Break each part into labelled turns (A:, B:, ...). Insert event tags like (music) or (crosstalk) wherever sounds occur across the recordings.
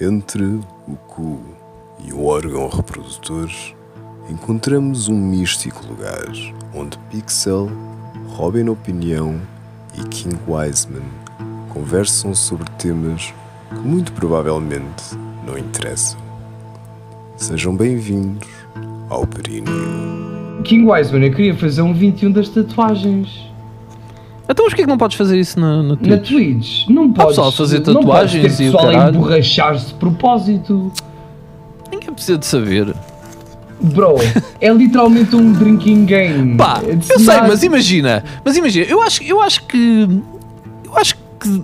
A: Entre o cu e o órgão reprodutor encontramos um místico lugar onde Pixel, Robin Opinião e King Wiseman conversam sobre temas que muito provavelmente não interessam. Sejam bem-vindos ao Perineo.
B: King Wiseman, eu queria fazer um 21 das tatuagens.
C: Então, mas porquê é que não podes fazer isso na, na
B: Na
C: Twitch?
B: Twitch, não podes.
C: pessoal a fazer
B: não podes ter
C: tatuagens e o
B: pessoal a
C: caralho.
B: emborrachar-se de propósito.
C: Ninguém precisa de saber.
B: Bro, é literalmente um drinking game. É
C: Pá,
B: It's
C: eu sei,
B: not-
C: mas imagina. Mas imagina, eu acho, eu acho que. Eu acho que.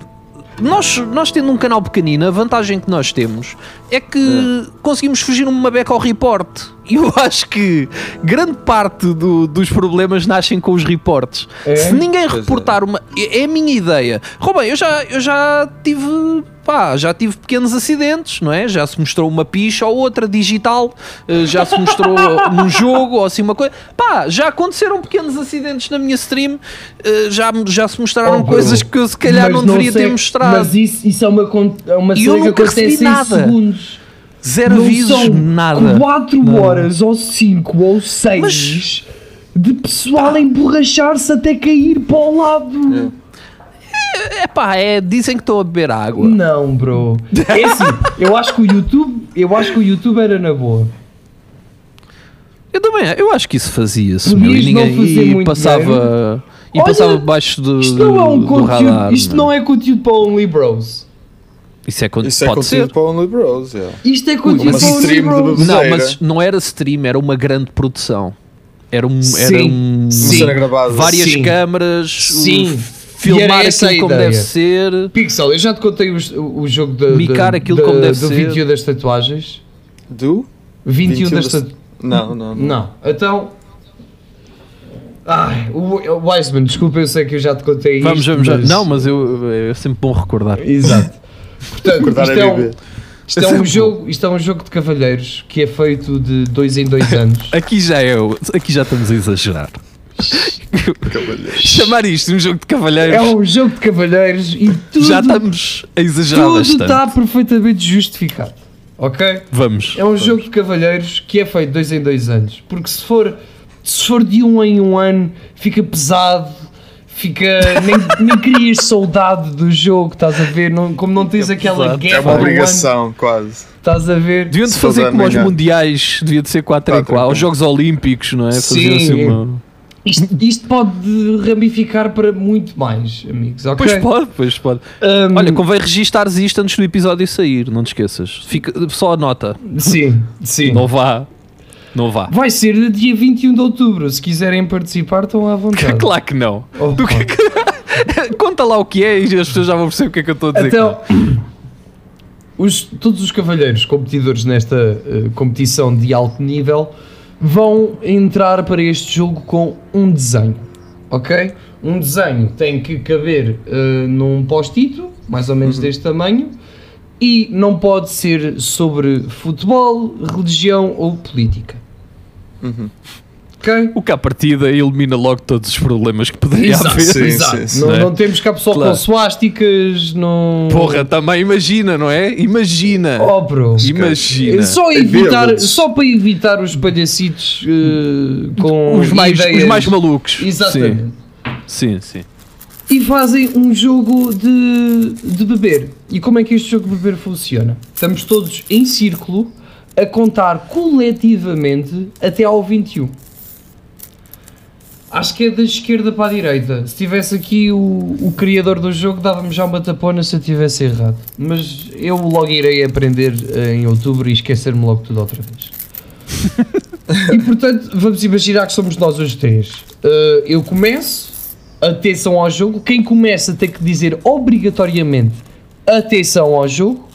C: Nós, nós tendo um canal pequenino, a vantagem que nós temos é que conseguimos fugir uma beca ao report. E eu (laughs) acho que grande parte do- dos problemas nascem com os reportes.
B: É?
C: Se ninguém
D: Pois é.
C: reportar uma. É é a minha ideia. Robin, eu já, eu já tive. Pá, já tive pequenos acidentes, não é? Já se mostrou uma picha ou outra digital, eh, já se mostrou num jogo ou assim uma coisa. Pá, já aconteceram pequenos acidentes na minha stream, eh, já, já se mostraram
B: Oh, bro,
C: coisas que eu se calhar
B: mas
C: não deveria
B: sei-
C: ter mostrado.
B: Mas isso, isso é uma, con- é uma
C: E eu
B: cena que
C: nunca recebi
B: acontece em
C: nada.
B: segundos.
C: Zero avisos, nada.
B: 4 horas ou 5 ou 6
C: Mas-
B: de pessoal a emborrachar-se até cair para o lado.
C: É pá, é, dizem que estou a beber água.
B: Não, bro. É assim, eu acho que o YouTube, eu acho que o YouTube era na boa.
C: Eu também, eu acho que isso fazia-se. meu,
B: Podias
C: E
B: não
C: ninguém
B: fazer
C: e
B: muito
C: passava. E
B: Olha,
C: passava debaixo do.
B: Isto não é um
C: do
B: conteúdo,
C: radar, né?
B: isto não é conteúdo para Only Bros.
C: Isso é, con-
D: Isso é
C: pode
D: conteúdo
C: ser.
D: para Only Bros, é.
B: Isto é conteúdo
D: mas
B: para Only
D: stream de
B: Bros.
D: bebê-
C: Não,
D: Zero.
C: mas não era stream, era uma grande produção. Era um. Era
B: Sim,
C: um
D: Uma
B: sim.
D: cena gravada.
C: várias
B: Sim.
C: câmaras,
B: Sim.
C: o-
B: E era
C: filmar
B: essa a
C: aquilo como
B: ideia.
C: deve ser.
B: Pixel, eu já te contei os- o, o jogo da,
C: Micar
B: da-
C: aquilo
B: da-
C: como deve
B: do
C: ser.
B: 21 das tatuagens.
D: Do?
B: 21, das
D: 21
B: tatuagens.
D: Não, não, não.
B: um Não, então. Ai, o o Wiseman, desculpa, eu sei que eu já te contei
C: Vamos,
B: isto.
C: vamos, vamos. Não, mas eu, é sempre bom recordar.
B: Exato. Portanto,
D: Acordar
B: isto
D: a
B: é, um,
D: viver.
B: isto, é um jogo, isto é um jogo de cavalheiros que é feito de dois em dois anos.
C: Aqui já é. o- Aqui já estamos a exagerar. Chamar isto um jogo de cavalheiros.
B: é um jogo de cavalheiros e tudo,
C: Já estamos a exagerar
B: tudo
C: bastante.
B: está perfeitamente justificado. Ok?
C: Vamos.
B: É um jogo de cavalheiros que é feito dois em dois anos. Porque se for, se for de um em um ano, fica pesado, fica.
C: (laughs)
B: nem, nem crias saudade do jogo, estás a ver? Não- como não tens aquela
C: pesado.
B: guerra.
D: É uma
B: do ano,
D: obrigação, quase.
B: Estás a ver?
C: Deviam de um-
D: Se
C: fazer
D: for
C: como aos
D: amanhã.
C: mundiais, devia de ser 4 em
D: Quatro em
C: 4, aos
D: quatro.
C: Jogos Olímpicos, não é? Fazer
B: Sim.
C: assim uma...
B: Isto, isto pode ramificar para muito mais, amigos. ok?
C: Pois pode, pois pode.
B: Ahm,
C: Olha, convém registares isto antes do episódio sair, não te esqueças. Fica, só anota,
B: Sim, sim.
C: não vá, não vá.
B: Vai ser de dia 21 de outubro. Se quiserem participar, estão à vontade.
C: (laughs) Claro que não.
B: Oh,
C: Do que- Conta lá o que é e as pessoas já vão perceber o que é que eu estou a dizer.
B: Então, os- todos os cavalheiros competidores nesta eh, competição de alto nível vão entrar para este jogo com um desenho, ok? Um desenho tem que caber eh, num post-it, mais ou menos
C: Uhum.
B: deste tamanho, e não pode ser sobre futebol, religião ou política.
C: Uhum.
B: Ok?
C: O que à partida elimina logo todos os problemas que poderia haver.
D: sim,
B: exato.
D: sim,
B: não,
C: sim. é?
B: não temos cá pessoal
C: Claro.
B: com suásticas, não.
C: Porra, também imagina, não é? Imagina.
B: Oh, bro.
C: imagina.
B: Só,
D: É
B: evitar,
D: verde.
B: só para evitar os palhacitos eh, com
C: Os mais,
B: ideias.
C: os mais malucos.
B: Exatamente.
C: Sim, sim. sim.
B: E fazem um jogo de, de beber. E como é que este jogo de beber funciona? Estamos todos em círculo a contar coletivamente até ao 21. Acho que é da esquerda para a direita. Se tivesse aqui o, o criador do jogo, dava-me já uma tapona se eu tivesse errado. Mas eu logo irei aprender eh, em outubro e esquecer-me logo tudo outra vez. e portanto, vamos imaginar que somos nós os três. Eh, eu começo, atenção ao jogo. Quem começa tem que dizer obrigatoriamente atenção ao jogo.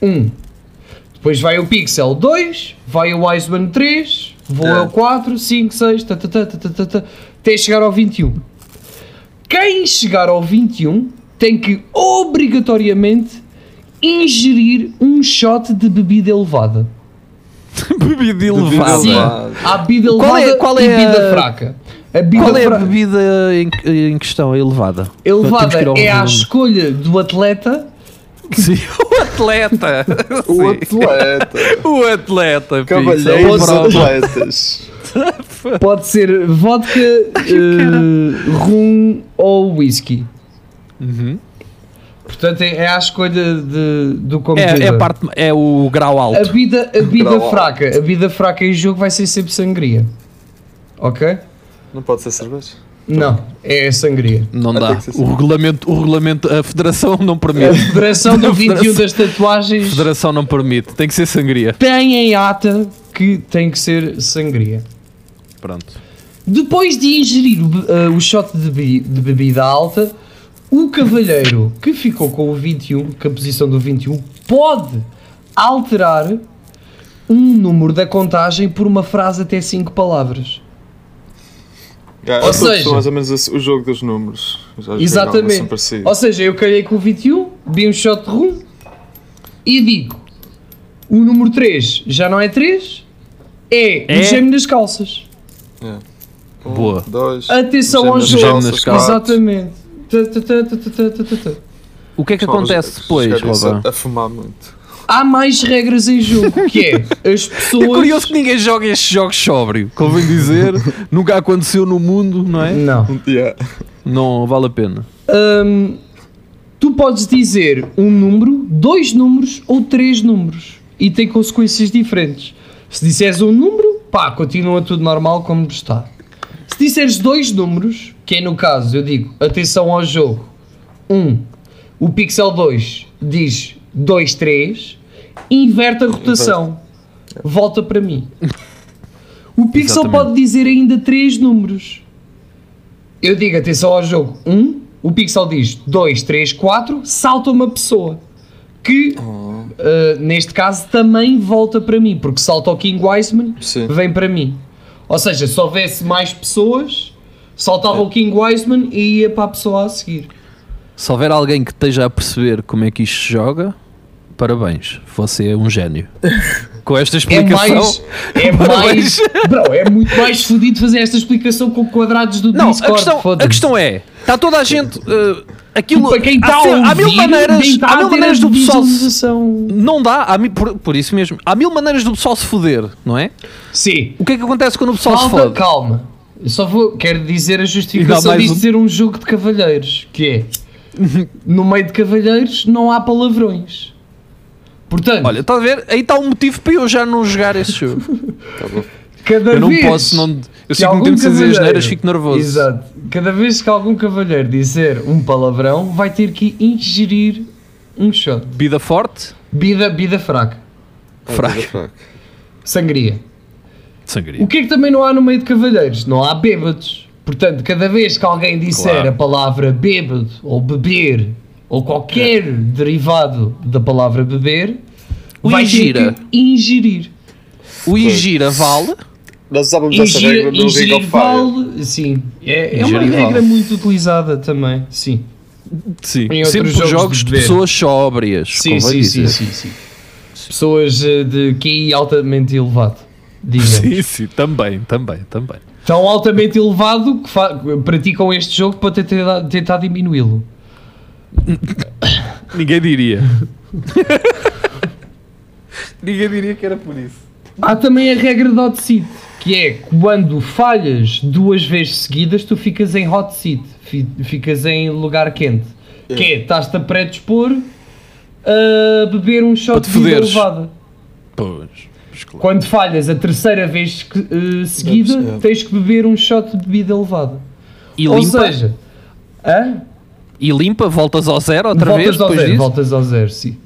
B: Um. Depois vai o Pixel 2, vai o Wiseman 3, vou
D: Tá.
B: eu 4, 5, 6, tá, tá, tá, tá, tá, tá, tá, até chegar ao 21. Quem chegar ao 21 tem que obrigatoriamente ingerir um shot de bebida elevada.
C: (laughs) Bebida elevada.
B: Sim,
D: elevada.
B: há bebida
C: Qual é-
B: elevada
C: qual é
B: e bebida
C: a-
B: fraca. A bebida
C: Qual é a
B: fra-
C: bebida em, que- em questão? A elevada. Temos que
B: elevada
C: ir ao
B: é à
C: volume.
B: escolha do atleta
C: Sim, (laughs) o atleta.
D: O
C: Sim.
D: atleta. (laughs)
C: O atleta,
D: Cavalheiros
B: Isso é um problema.
D: atletas.
B: Pode ser
C: (laughs)
B: vodka, eh, rum ou whisky.
C: Uhum.
B: Portanto, é, é à escolha de, do computador.
C: É, é, a parte, é o grau
B: A
C: alto.
B: vida, a vida
D: Grau.
B: fraca. A vida fraca em jogo vai ser sempre sangria. Ok?
D: Não pode ser cerveja?
B: Não, é sangria.
C: Não
D: Ah,
C: dá.
D: tem que ser
C: O
D: assim.
C: regulamento, o regulamento, a federação não
B: É.
C: (laughs) permite.
B: Federação do 21
C: Federação.
B: das
C: A
B: tatuagens
C: federação não permite. Tem que ser sangria.
B: tem em ata que tem que ser sangria.
C: Pronto.
B: Depois de ingerir o, be- ah, o shot de, be- de bebida alta, o cavalheiro que ficou com o 21, com a posição do 21, pode alterar um número da contagem por uma frase até 5 palavras.
D: É,
B: Ou
D: eu sou-
B: seja-
D: sou mais ou menos esse- o jogo dos números. Eu Já joguei algo assim
B: Exatamente.
D: parecido.
B: Ou seja, eu calhei com o 21, vi um shot de rum e digo: o número 3 já não é 3, é,
C: É.
B: o gêmeo das calças.
D: Um,
C: Boa.
D: Dois.
B: Atenção ao
D: gêmeos
B: jogo.
D: calças,
C: Gêmeos
D: quatro.
C: calças.
B: Exatamente. Tá, tá, tá, tá, tá, tá, tá, tá.
C: O que é que
D: Pessoal,
C: acontece
D: se- se
C: depois,
D: chegarem
C: Rosa?
D: a- A fumar muito. (laughs)
B: Há mais regras em jogo, que é as pessoas.
C: (laughs) É curioso que ninguém joga estes jogos sóbrio. Convém dizer, nunca aconteceu no mundo, não é?
B: Não.
D: Yeah.
C: Não vale a pena.
B: Hum, tu podes dizer um número, dois números ou três números e tem consequências diferentes. Se disseres um número, pá, continua tudo normal como está. Se disseres dois números, que é no caso, eu digo, atenção ao jogo, um, o pixel 2 diz 2, 3, inverte a rotação, volta para mim. O pixel
C: Exatamente.
B: pode dizer ainda três números. Eu digo atenção ao jogo 1, um, o pixel diz 2, 3, 4, salta uma pessoa. Que
C: Oh.
B: eh, neste caso também volta para mim, porque salta o King Wiseman,
D: Sim.
B: vem para mim. Ou seja, se houvesse mais pessoas,
C: É.
B: saltava o King Wiseman e ia para a pessoa a seguir.
C: Se houver alguém que esteja a perceber como é que isto se joga, parabéns. Você é um gênio. Com esta
B: É
C: explicação.
B: mais.
C: (laughs)
B: É mais. Bro, é muito mais fodido fazer esta explicação com quadrados do
C: Não,
B: Discord.
C: a, questão, a
B: foda-se.
C: questão é: está toda a gente. eh, aquilo,
B: Para quem está
C: há,
B: a
C: se-
B: ouvir,
C: há mil maneiras,
B: nem tá
C: há
B: a
C: mil
B: ter
C: maneiras
B: a
C: do pessoal. se-
B: visualização.
C: Não dá, há, mi- por, por isso mesmo, há mil maneiras do pessoal se foder, não é?
B: Sim.
C: O que é que acontece quando o pessoal se
B: Falta
C: fode?
B: calma. Eu só vou. Quero dizer a
C: E dá
B: justificação
C: mais
B: disto
C: um-
B: ser um jogo de cavalheiros. Que
C: (laughs)
B: é. No meio de cavalheiros não há palavrões. Portanto,
C: Olha, estás a ver? Aí está um motivo para eu já não jogar esse jogo.
B: cada
C: Eu não
B: vez.
C: posso, não. Eu
B: que
C: sei que me
B: algum
C: tento fazer as
B: cavalheiro-
C: neiras, fico nervoso.
B: Exato. Cada vez que algum cavalheiro dizer um palavrão, vai ter que ingerir um shot.
C: Bebida forte,
B: Bida, bida fraca.
C: (laughs) fraco.
D: é
B: Sangria.
C: Sangria.
B: O que é que também não há no meio de cavalheiros? Não há bêbados. Portanto, cada vez que alguém disser
C: Claro.
B: a palavra bêbado ou beber ou qualquer
C: É.
B: derivado da palavra beber,
C: O
B: vai
C: ingira.
B: ter que ingerir.
C: O Igira vale.
D: Nós usávamos essa
B: Ingira,
D: regra no Ring
B: ingerir
D: of Fire.
B: vale, sim. É, é uma
C: Ingerir vale.
B: regra muito utilizada também, sim.
C: Sim.
B: Em outros
C: Sempre
B: jogos
C: jogos, jogos
B: de
C: de
B: beber.
C: pessoas sóbrias.
B: Sim,
C: convém
B: sim, sim,
C: dizer.
B: sim, sim. Pessoas eh, de QI altamente elevado, digamos.
C: Sim, sim, também, também, também.
B: Tão altamente elevado que fa- praticam este jogo para tentar, tentar diminuí-lo.
C: Ninguém diria. (laughs) Ninguém diria que era por isso.
B: Há também a regra do hot seat, que é quando falhas duas vezes seguidas, tu ficas em hot seat, fi- ficas em lugar quente. Que é, estás-te a predispor a beber um shot
C: Para te
B: de vida
C: foderes.
B: elevada.
C: Pois, pois claro.
B: Quando falhas a terceira vez que, eh, seguida,
D: Deve ser.
B: tens que beber um shot de bebida elevada.
C: E
B: Ou
C: limpa,
B: seja, hã?
C: e limpa, voltas ao zero outra
B: voltas
C: vez
B: ao
C: depois
B: zero,
C: disso.
B: voltas ao zero, sim.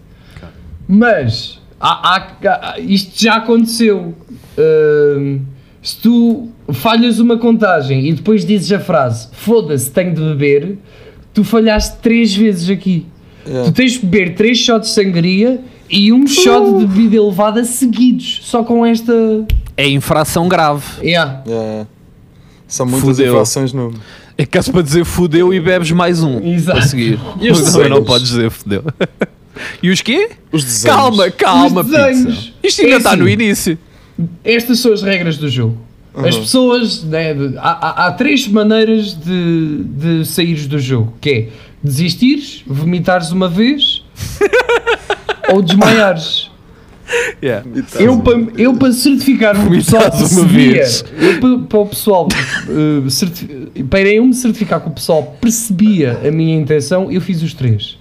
B: Mas há- há- há- isto já aconteceu. Hum, se tu falhas uma contagem e depois dizes a frase foda-se, tenho de beber, tu falhaste três vezes aqui.
D: Yeah.
B: Tu tens de beber três shots de sangria e um shot de bebida elevada seguidos, só com esta.
C: É infração grave.
B: Yeah.
D: Yeah. São muitas
C: Fudeu.
D: infrações no número.
C: É caso para dizer fudeu e bebes mais um.
B: Exato.
C: A seguir.
D: E os
C: Não,
D: desenhos?
C: não podes dizer fudeu. (laughs) E os quê?
D: Os desenhos.
C: Calma, calma,
B: Os desenhos.
C: pizza. Isto ainda
B: É
C: está
B: assim.
C: no início.
B: Estas são as regras do jogo. As
D: Uhum.
B: pessoas. né, há, há- há três maneiras de, de
C: (laughs)
B: saíres do jogo: que é desistires, vomitares uma vez ou desmaiares.
C: Yeah.
B: Eu para eu, para certificar o pessoal que
C: Tá Vomitares uma
B: percebia,
C: vez.
B: eu para, para o pessoal, eh, certi- para eu me certificar que o pessoal percebia a minha intenção, eu fiz os três.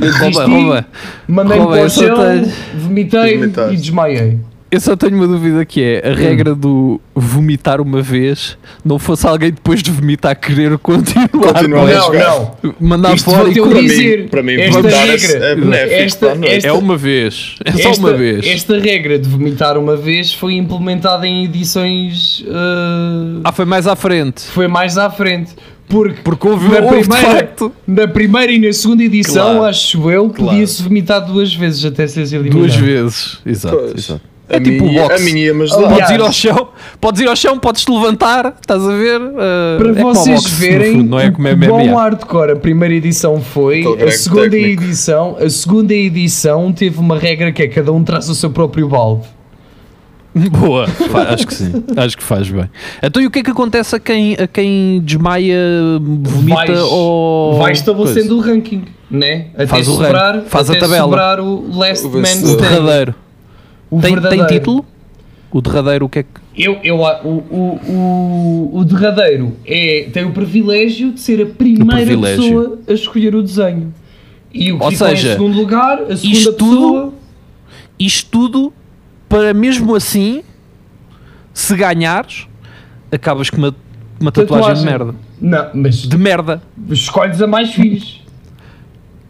B: Eu
C: Rouba,
B: desisti,
C: rouba.
B: Mandei-me
C: Rouba,
B: para o
C: eu só
B: chão,
C: tenho-
B: vomitei
D: Vomitaste.
B: e desmaiei.
C: Eu só tenho uma dúvida que
B: Hum.
C: é a regra do vomitar uma vez não fosse alguém depois de vomitar querer continuar,
D: Continuar. Não, é
B: não,
D: jogar.
B: não.
C: mandar
B: Isto
C: fora e
B: vou-te
C: correr.
B: ouvir. dizer,
D: para mim,
B: esta
D: vomitar é-
B: regra-
D: é benéfico.
B: esta-
D: pá, não é?
B: esta-
C: É uma vez, é só uma vez.
B: Esta regra de vomitar uma vez foi implementada em edições. eh,
C: Ah, foi mais à frente.
B: Foi mais à frente. Porque,
C: Porque houve,
B: Na
C: houve de
B: primeira-
C: facto
B: na primeira e na segunda edição,
C: Claro.
B: acho eu, podia-se vomitar duas vezes até seres eliminado.
C: duas vezes. Exato.
D: Pois.
C: exato.
D: A
C: É tipo
D: minha-
C: o boxe.
D: A minha ia me
B: Aliás,
D: ajudar.
C: Podes ir ao chão, podes ir ao chão, podes te levantar, estás a ver? Uh,
B: Para
C: é como ao
B: vocês
C: boxe, no
B: verem
C: fundo, não é como é
B: o quão
C: MMA.
B: hardcore a primeira edição foi,
D: Aquele
B: a
D: grego
B: segunda
D: técnico.
B: edição, a segunda edição teve uma regra que é cada um traz o seu próprio balde.
C: (laughs) Boa, Fa- acho que sim, acho que faz bem. Então e o que é que acontece a quem, a quem desmaia, vomita
B: Vais-
C: ou.
B: Vai estabelecendo o ranking, né? Até
C: Oh, Faz o ranking,
B: sobrar,
C: faz a
B: até
C: tabela.
B: sobrar o last
D: O
B: man
D: vencedor.
C: coisa? O
B: standing,
C: derradeiro?
B: o
C: Tem, tem
B: verdadeiro.
C: título? O derradeiro, o que é que.
B: Eu, eu, a- o, o, o, o derradeiro é, tem o privilégio de ser a
C: O
B: primeira
C: privilégio.
B: pessoa a escolher o desenho. E o que
C: Ou
B: ficou
C: seja,
B: em segundo lugar, a segunda
C: isto tudo-
B: pessoa.
C: Isto tudo para mesmo assim, se ganhares, acabas com uma, uma tatuagem,
B: Tatuagem.
C: de merda.
B: Não, mas
C: De merda.
B: escolhes a mais fixe.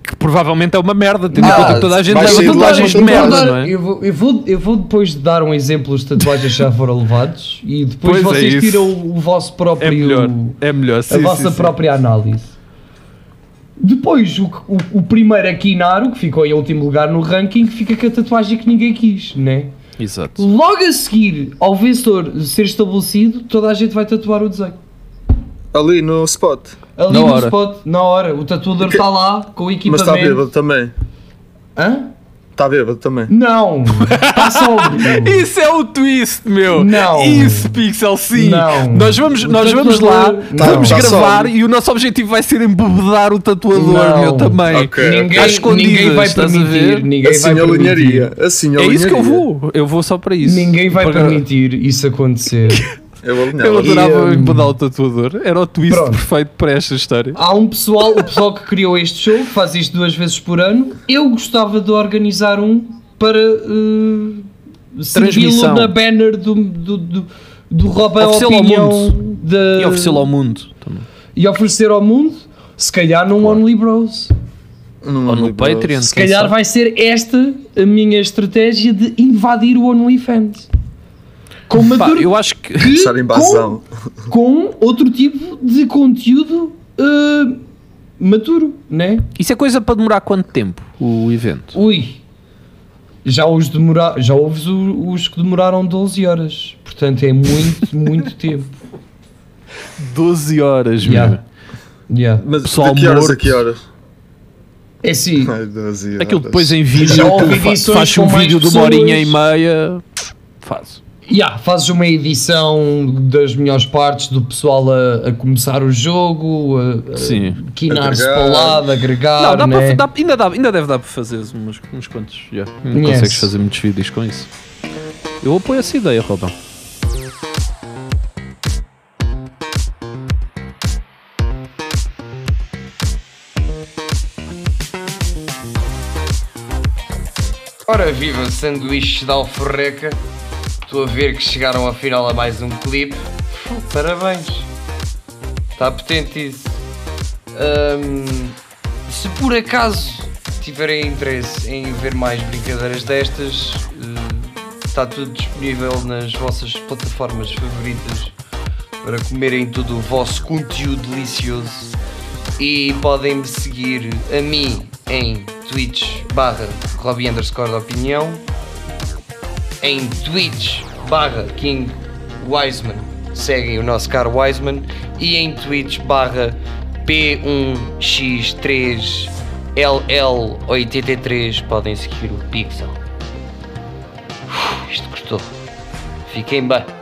C: Que provavelmente é uma merda, tendo em
D: Ah,
C: conta que toda a gente
D: vai
C: leva
D: sair de lá
C: tatuagens
D: com
C: de merda,
D: tatuagem.
C: não é?
B: eu, vou, eu, vou, eu vou depois de dar um exemplo de tatuagens que já foram levados e depois
C: Pois é
B: vocês
C: isso.
B: tiram o, o vosso próprio.
C: É melhor, é melhor.
B: a vossa própria análise. Depois, o, que- o, o primeiro aqui Naro, que ficou em último lugar no ranking, fica com a tatuagem que ninguém quis, né?
C: Exato.
B: Logo a seguir ao vencedor ser estabelecido, toda a gente vai tatuar o desenho.
D: Ali no spot.
B: Ali
C: Na
B: no
C: hora.
B: spot, na hora, o tatuador está lá com o
D: Mas está
B: equipamento.
D: bêbado também.
B: Hã?
D: Está bêbado também.
C: (laughs)
B: Não! Está sóbrio!
C: Isso é o twist, meu!
B: Não.
C: Isso, Pixel, sim!
B: Não.
C: Nós vamos,
B: O
C: nós vamos lá,
B: tatuador- Não. um-
C: vamos
D: Tá
C: gravar
D: sóbrio.
C: e o nosso objetivo vai ser embebedar o tatuador,
B: Não.
C: meu, também.
D: É, Ok.
B: Ninguém,
C: Às escondidas,
B: ninguém vai
C: estás a ver?
B: permitir. Ninguém
D: Assim
B: vai
D: a
B: permitir.
D: linharia. Assim a
C: É isso que eu
D: linharia.
C: vou, eu vou só para isso.
B: Ninguém vai
C: Para-
B: permitir isso
D: (laughs)
B: acontecer.
D: Eu alinhava.
C: Eu adorava
B: E, hum,
C: embedar o tatuador, era o twist
B: pronto.
C: perfeito para esta história.
B: Há um pessoal, o pessoal que criou este show, que faz isto duas vezes por ano. Eu gostava de organizar um para eh, servi-lo
C: Transmissão.
B: na banner do, do, do, do Roba
C: Oferecê-lo ao
B: Opinião
C: mundo.
B: de-
C: E oferecê-lo ao mundo também.
B: e oferecer ao mundo. Se calhar num Only Bros.
D: Não
C: Ou no
D: lembro.
C: Patreon.
B: Se calhar vai ser esta a minha estratégia de invadir o OnlyFans. Com uma
C: Pá,
B: dur-
C: eu acho que.
B: que-
D: Estar em basão.
B: com, com outro tipo de conteúdo eh, maturo, né?
C: Isso é coisa para demorar quanto tempo o evento?
B: Ui, já, os demora, já houve o- os que demoraram 12 horas, portanto é muito, (laughs) muito tempo.
C: 12 horas,
B: Yeah. Yeah.
D: Mas
C: Pessoal
D: de que horas a
C: morto.
D: que horas?
B: É assim,
D: Ai, 12 horas.
C: Aquilo depois em
B: Já
C: vídeo,
B: houve
C: tu fa-
B: edições
C: fazes
B: com
C: um
B: mais
C: vídeo de uma horinha e
B: pessoas.
C: meia, faz.
B: yeah, fazes uma edição das melhores partes do pessoal a, a começar o jogo, a, a
C: Sim.
B: quinar-se
D: Agregar.
B: para o lado, agregar,
C: Não, dá
B: né?
C: pra, dá- ainda, dá- ainda deve dar para fazer uns, uns quantos. já. Não
B: Yes.
C: consegues fazer muitos vídeos com isso. Eu apoio essa ideia, Robão.
B: Ora viva sanduíches da alforreca, estou a ver que chegaram ao final a mais um clipe. Fu, Parabéns, está potente isso. Ahm, se por acaso tiverem interesse em ver mais brincadeiras destas, eh, está tudo disponível nas vossas plataformas favoritas para comerem todo o vosso conteúdo delicioso e podem me seguir a mim em twitch barra Robbie underscore de opinião em twitch barra King Wiseman seguem o nosso caro Wiseman e em twitch barra P1X3LL83 podem seguir o Pixel Uf, isto gostou fiquem bem